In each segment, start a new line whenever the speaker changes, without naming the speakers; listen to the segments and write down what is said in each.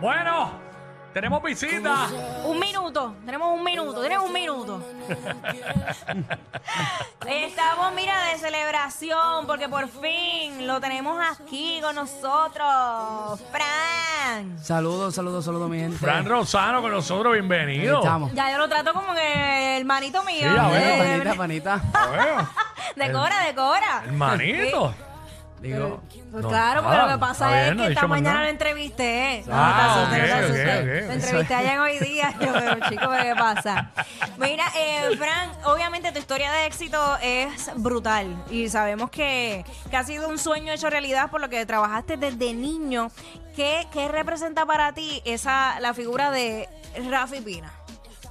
Bueno, tenemos visita.
Un minuto, tenemos un minuto, tenemos un minuto. Estamos, mira, de celebración porque por fin lo tenemos aquí con nosotros, Fran.
Saludos, saludos, saludos, mi gente.
Fran Rosano con nosotros,
Ahí
bienvenido.
estamos.
Ya yo lo trato como que hermanito mío.
Sí, ya veo,
Eh,
Panita, panita.
Bueno,
decora, decora.
Hermanito.
Digo,
Pues
No,
claro, porque
nada,
lo que pasa
está
es
bien, no
que
he
esta
dicho más
mañana
nada.
lo entrevisté. ¿eh? No,
Ah,
no te asustes, no
ok,
te asustes.
ok, ok.
Lo entrevisté allá en hoy día. Yo, pero chico, ¿pero ¿qué pasa? Mira, eh, Fran, obviamente tu historia de éxito es brutal y sabemos que, que ha sido un sueño hecho realidad por lo que trabajaste desde niño. ¿Qué, qué representa para ti esa la figura de Rafi Pina?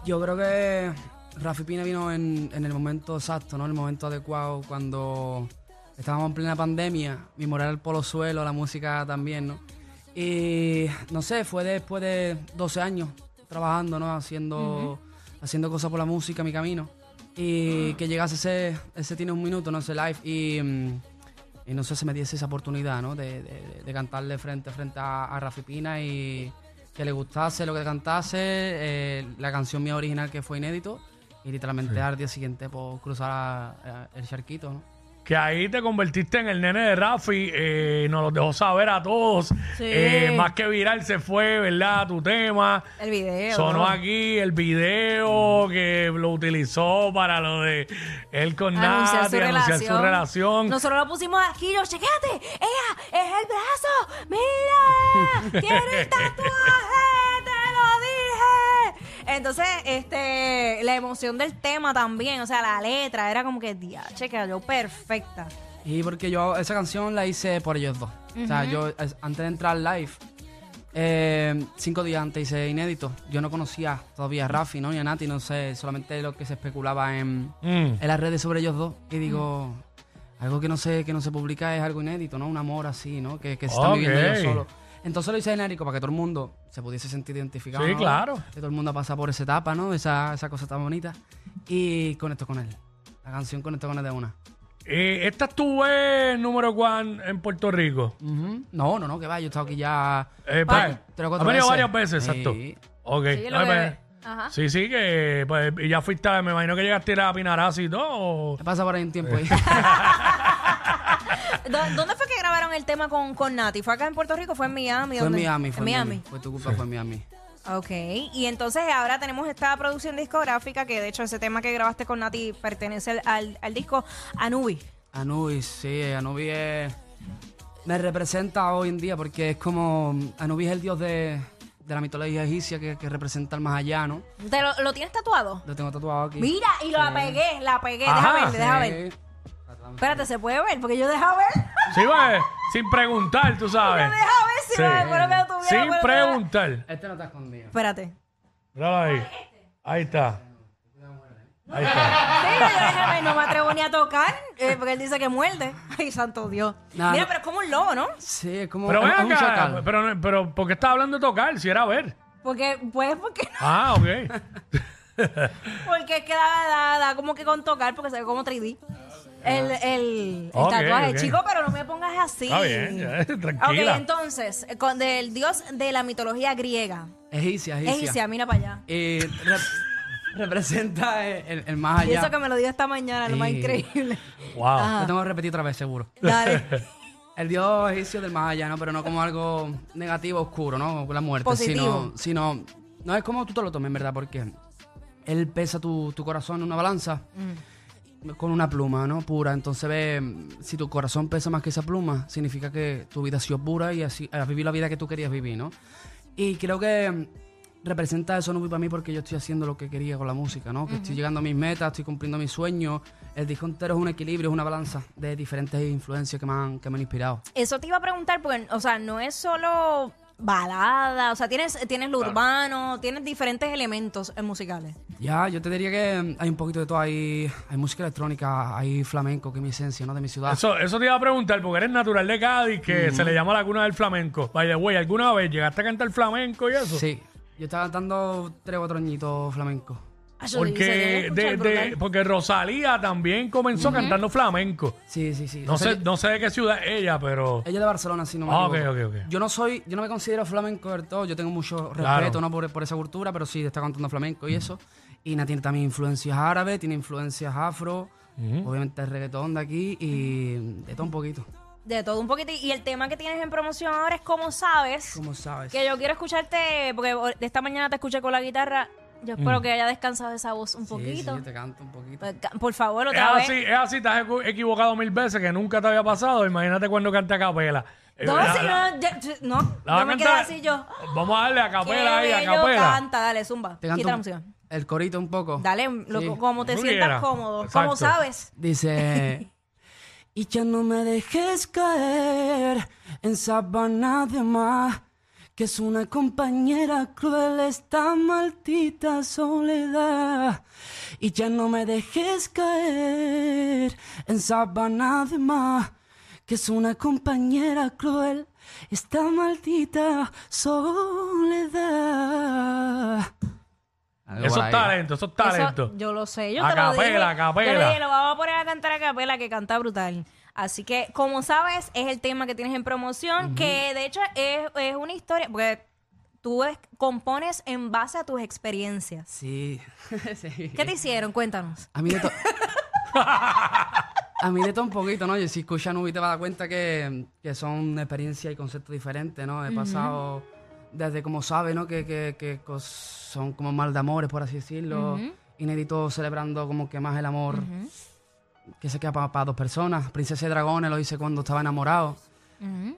yo creo que Rafi Pina vino en, en el momento exacto, ¿no? El momento adecuado, cuando estábamos en plena pandemia, mi moral al polo suelo, la música también, ¿no? Y no sé, fue después de 12 años trabajando, ¿no? Haciendo, haciendo cosas por la música, mi camino. Y que llegase ese, ese tiene un minuto, ¿no? Ese live. Y. mm, y no sé si me diese esa oportunidad, ¿no? De, de- de cantarle frente a frente a, a Rafi Pina y que le gustase lo que cantase, eh, la canción mía original que fue inédito y literalmente al día siguiente por cruzar a- a- el charquito, ¿no?
Que ahí te convertiste en el nene de Rafi, eh, nos lo dejó saber a todos. Eh, más que viral se fue, ¿verdad? Tu tema.
El video.
Sonó
¿no?
aquí el video que lo utilizó para lo de él con
Anunciar su
Nati, anunciar su relación.
Nosotros lo pusimos aquí, yo, chequéate, ella es el brazo, mira, tiene el tatuaje, te lo dije. Entonces, este, la emoción del tema también, o sea, la letra, era como que, diache, quedó perfecta.
Y porque yo esa canción la hice por ellos dos. O sea, yo es- antes de entrar live, eh, cinco días antes hice inédito. Yo no conocía todavía a Rafi, ¿no? Ni a Nati, no sé, solamente lo que se especulaba en,
Mm.
en las redes sobre ellos dos. Y digo, algo que no se, que no se publica es algo inédito, ¿no? Un amor así, ¿no? Que, que se están viviendo ellos
Ok.
solos. Entonces lo hice genérico para que todo el mundo se pudiese sentir identificado.
Sí,
¿no?
claro.
Que todo el mundo ha pasado por esa etapa, ¿no? Esa, esa cosa tan bonita. Y conecto con él. La canción conecto con él de una.
Eh, esta es tu vez número cuán en Puerto Rico.
Ujú. No, no, no, que va. Yo he estado aquí ya.
Eh,
Par-
pues,
tres o
ha
cuatro
venido
veces.
varias veces,
Sí.
exacto. Ok.
Sí, lo
Ah,
que-
pues,
ajá.
sí, sí, que pues, y ya fuiste, me imagino que llegaste a ir a Pinarazzi y todo. o-
¿Qué pasa por ahí en
Eh.
tiempo? ahí?
¿Dó- ¿Dónde fue que grabaron el tema con, con Nati? ¿Fue acá en Puerto Rico? o ¿Fue en Miami?
fue en
¿Dónde?
Miami, fue en Miami.
Miami.
Fue tu culpa, fue en Miami.
Ok, y entonces ahora tenemos esta producción discográfica que de hecho ese tema que grabaste con Nati pertenece al, al- al disco Anubi.
Anubis, sí, Anubis es- me representa hoy en día porque es como. Anubis es el dios de, de la mitología egipcia que, que representa el más allá, ¿no?
¿Te lo, lo tienes tatuado?
Lo tengo tatuado aquí. Eh,
Mira, y lo pegué, la pegué,
Ajá,
déjame ver,
sí.
déjame ver. Espérate, ¿se puede ver? Porque yo deja ver,
Sí, pues, sin preguntar, tú sabes.
deja ver si
Eh, Sí.
lo recuerdo que lo tuviera.
Sin
pero-
preguntar.
Este no está escondido.
Espérate.
Míralo ahí. Ahí
este.
está. Ahí
Sí,
está.
yo déjame, no me atrevo ni a tocar, eh, porque él dice que muerde. Ay, santo Dios.
No,
Mira,
no.
pero es como un lobo, ¿no?
Sí, es como
Pero
es-
ven
es un
acá. pues,
chacal.
Pero, no- pero, ¿por qué estás hablando de tocar? Si era ver.
Porque, pues, porque no.
Ah, ok.
Porque es que da, da, da como que con tocar, porque se ve como 3D. El, el, el
Ah. Ok,
tatuaje,
ok.
chico, pero no me pongas así.
Está bien, ya, eh, tranquila.
Ok, entonces, eh, con, del dios de la mitología griega.
Egipcia, egipcia.
Egipcia, mira para allá.
Y re- representa el, el- el más
Y eso
allá.
que Ah. me lo dio esta mañana, lo más
Sí.
increíble.
Wow.
Lo tengo que repetir otra vez, seguro.
Dale.
El dios egipcio del más allá, ¿no? Pero no como algo negativo, oscuro, ¿no? Como La muerte,
Positivo.
sino, sino... No es como tú te lo tomes, en verdad, porque él pesa tu, tu corazón en una balanza con una pluma, ¿no? Pura. Entonces, ve, mm, si tu corazón pesa más que esa pluma, significa que tu vida ha sido pura y así, has vivido la vida que tú querías vivir, ¿no? Y creo que mm, representa eso Nubi para mí porque yo estoy haciendo lo que quería con la música, ¿no? Que estoy llegando a mis metas, estoy cumpliendo mis sueños. El disco entero es un equilibrio, es una balanza de diferentes influencias que me han, que me han inspirado.
Eso te iba a preguntar, porque, o sea, no es solo balada, o sea, tienes, tienes lo urbano, tienes diferentes elementos eh, musicales.
Ya, yo te diría que mm, hay un poquito de todo. Hay, hay música electrónica, hay flamenco, que es mi esencia, ¿no? De mi ciudad.
Eso, eso te iba a preguntar, porque eres natural de Cádiz, que se le llama la cuna del flamenco. By the way, ¿alguna vez llegaste a cantar flamenco y eso?
Sí. Yo estaba cantando tres o cuatro añitos flamencos.
Ah, yo
Porque,
dije, se debe
de,
escuchar
de-
brutal.
porque Rosalía también comenzó cantando flamenco.
Sí, sí, sí.
No
Entonces,
sé, no sé de qué ciudad es ella, pero...
Ella es de Barcelona, si no me
Ah,
equivoco.
ok, ok, ok.
Yo no soy, yo no me considero flamenco del todo, yo tengo mucho respeto
Claro. Mm.
¿no? por, por esa cultura, pero sí está cantando flamenco y eso. Y na- tiene también influencias árabes, tiene influencias afro,
Mm.
obviamente el reggaetón de aquí y de todo un poquito.
De todo un poquito. Y el tema que tienes en promoción ahora es cómo sabes.
Como sabes.
Que yo quiero escucharte, porque esta mañana te escuché con la guitarra. Yo espero
Mm.
que haya descansado esa voz un
Sí, sí,
poquito.
yo te canto un poquito.
Pues, ca- Por favor,
Es
otra vez.
así, es así, te has equ- equivocado mil veces, que nunca te había pasado. Imagínate cuando canta a capela. Eh,
No,
la-
si
la-
no, yo- yo- no,
la va
no
a
me quedé
cantar-
así yo.
Vamos a darle a
Qué
capela ahí, a
bello
capela.
canta, dale, zumba.
Te canto
Quita la
un-
música.
el corito un poco.
Dale, lo-
Sí.
como te
Como
sientas
quiera.
cómodo.
Exacto.
Como sabes.
Dice. Y ya no me dejes caer en sábana de mar, que es una compañera cruel esta maldita soledad. Y ya no me dejes caer en sábana de mar, que es una compañera cruel esta maldita soledad.
Eso eh. es talento, eso es talento.
Eso, yo lo sé, yo
A
te lo
capela,
dije.
a capela.
Yo le dije, lo vamos a poner a cantar a capela, que canta brutal. Así que, como sabes, es el tema que tienes en promoción, que de hecho es, es una historia, porque tú es- compones en base a tus experiencias.
Sí, sí.
¿Qué te hicieron? Cuéntanos.
A mí de todo. a mí de todo un poquito, ¿no? Y si escuchas Nubi te vas a dar cuenta que, que son experiencias y conceptos diferentes, ¿no? He pasado desde, como sabes, ¿no? Que, que, que cos- son como mal de amores, por así decirlo. Inédito celebrando como que más el amor que se queda para dos personas. Princesa de Dragones lo hice cuando estaba enamorado.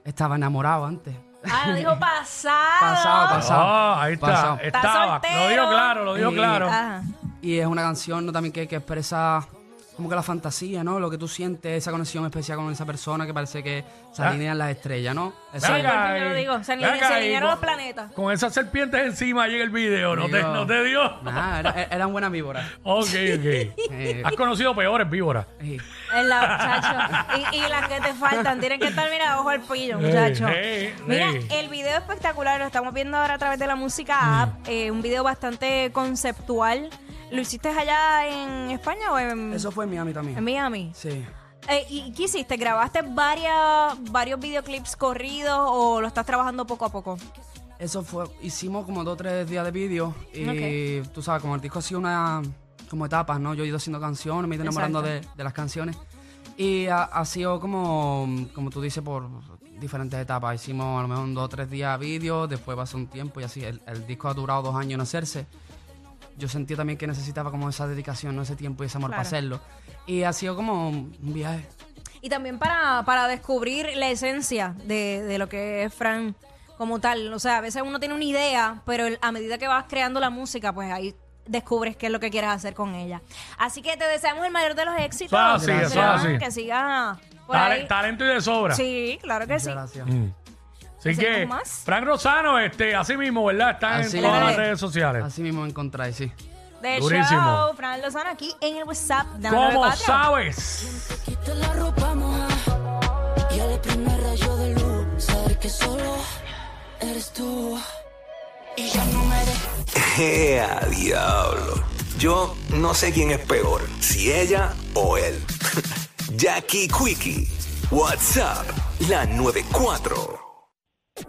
Estaba enamorado antes.
Ah, lo dijo pasado.
Pasado, pasado.
Ah, ahí está.
Pasado.
Estaba.
Está
Lo digo
soltero. Ah,
claro, lo digo
Eh,
claro.
Ajá.
Y es una canción ¿no? también que, que expresa como que la fantasía, ¿no? Lo que tú sientes, esa conexión especial con esa persona que parece que se
Ah.
alinean las estrellas, ¿no? Eso-
Ven acá,
porque yo lo
y-
digo, se
ven
alinean- se
acá, y
alinearon
con-
los planetas.
Con esas serpientes encima llega el video, no te,
Digo,
no te dio.
Nah, era- e- eran buenas víboras.
Ok, ok.
Eh,
Has conocido peores víboras.
eh,
En la- muchacho. Y, y las que te faltan, tienen que estar, mira, ojo al pillo, muchacho.
ey,
mira,
ey. Mm.
el video espectacular, lo estamos viendo ahora a través de la música app, eh, un video bastante conceptual. ¿Lo hiciste allá en España o en,
eso fue en Miami
en
también.
Miami?
Sí.
Eh, ¿Y qué hiciste? ¿Grabaste varias, varios videoclips corridos o lo estás trabajando poco a poco?
Eso fue, hicimos como dos o tres días de vídeo y
Ok.
tú sabes, como el disco ha sido una, como etapas, ¿no? Yo he ido haciendo canciones, me he ido enamorando de, de las canciones y ha, ha sido como, como tú dices, por diferentes etapas. Hicimos a lo mejor un dos o tres días de vídeo, después pasó un tiempo y así. El, el disco ha durado dos años en hacerse. Yo sentí también que necesitaba como esa dedicación, ¿no? ese tiempo y ese amor
Claro.
para hacerlo. Y ha sido como un viaje.
Y también para, para descubrir la esencia de, de lo que es Fran como tal. O sea, a veces uno tiene una idea, pero el- a medida que vas creando la música, pues ahí descubres qué es lo que quieres hacer con ella. Así que te deseamos el mayor de los éxitos.
Eso es así,
eso es
Fran,
así.
Que sigas por
Tale-
ahí.
talento y de sobra.
Sí, claro que sí.
Muchas gracias.
Así
¿Seguimos
que,
más?
Frank Rosano, este, así mismo, ¿verdad? Está
Así
en todas
mismo.
las redes sociales.
Así mismo me encontráis, sí.
De
Durísimo.
show, Fran Lozano aquí en el WhatsApp de la
¿Cómo
94.
sabes?
Quita la ropa mojada y al primer rayo de luz saber que solo eres tú y ya no me dejes
¡Ea, diablo! Yo no sé quién es peor, si ella o él. Jackie Quickie, WhatsApp, la 94.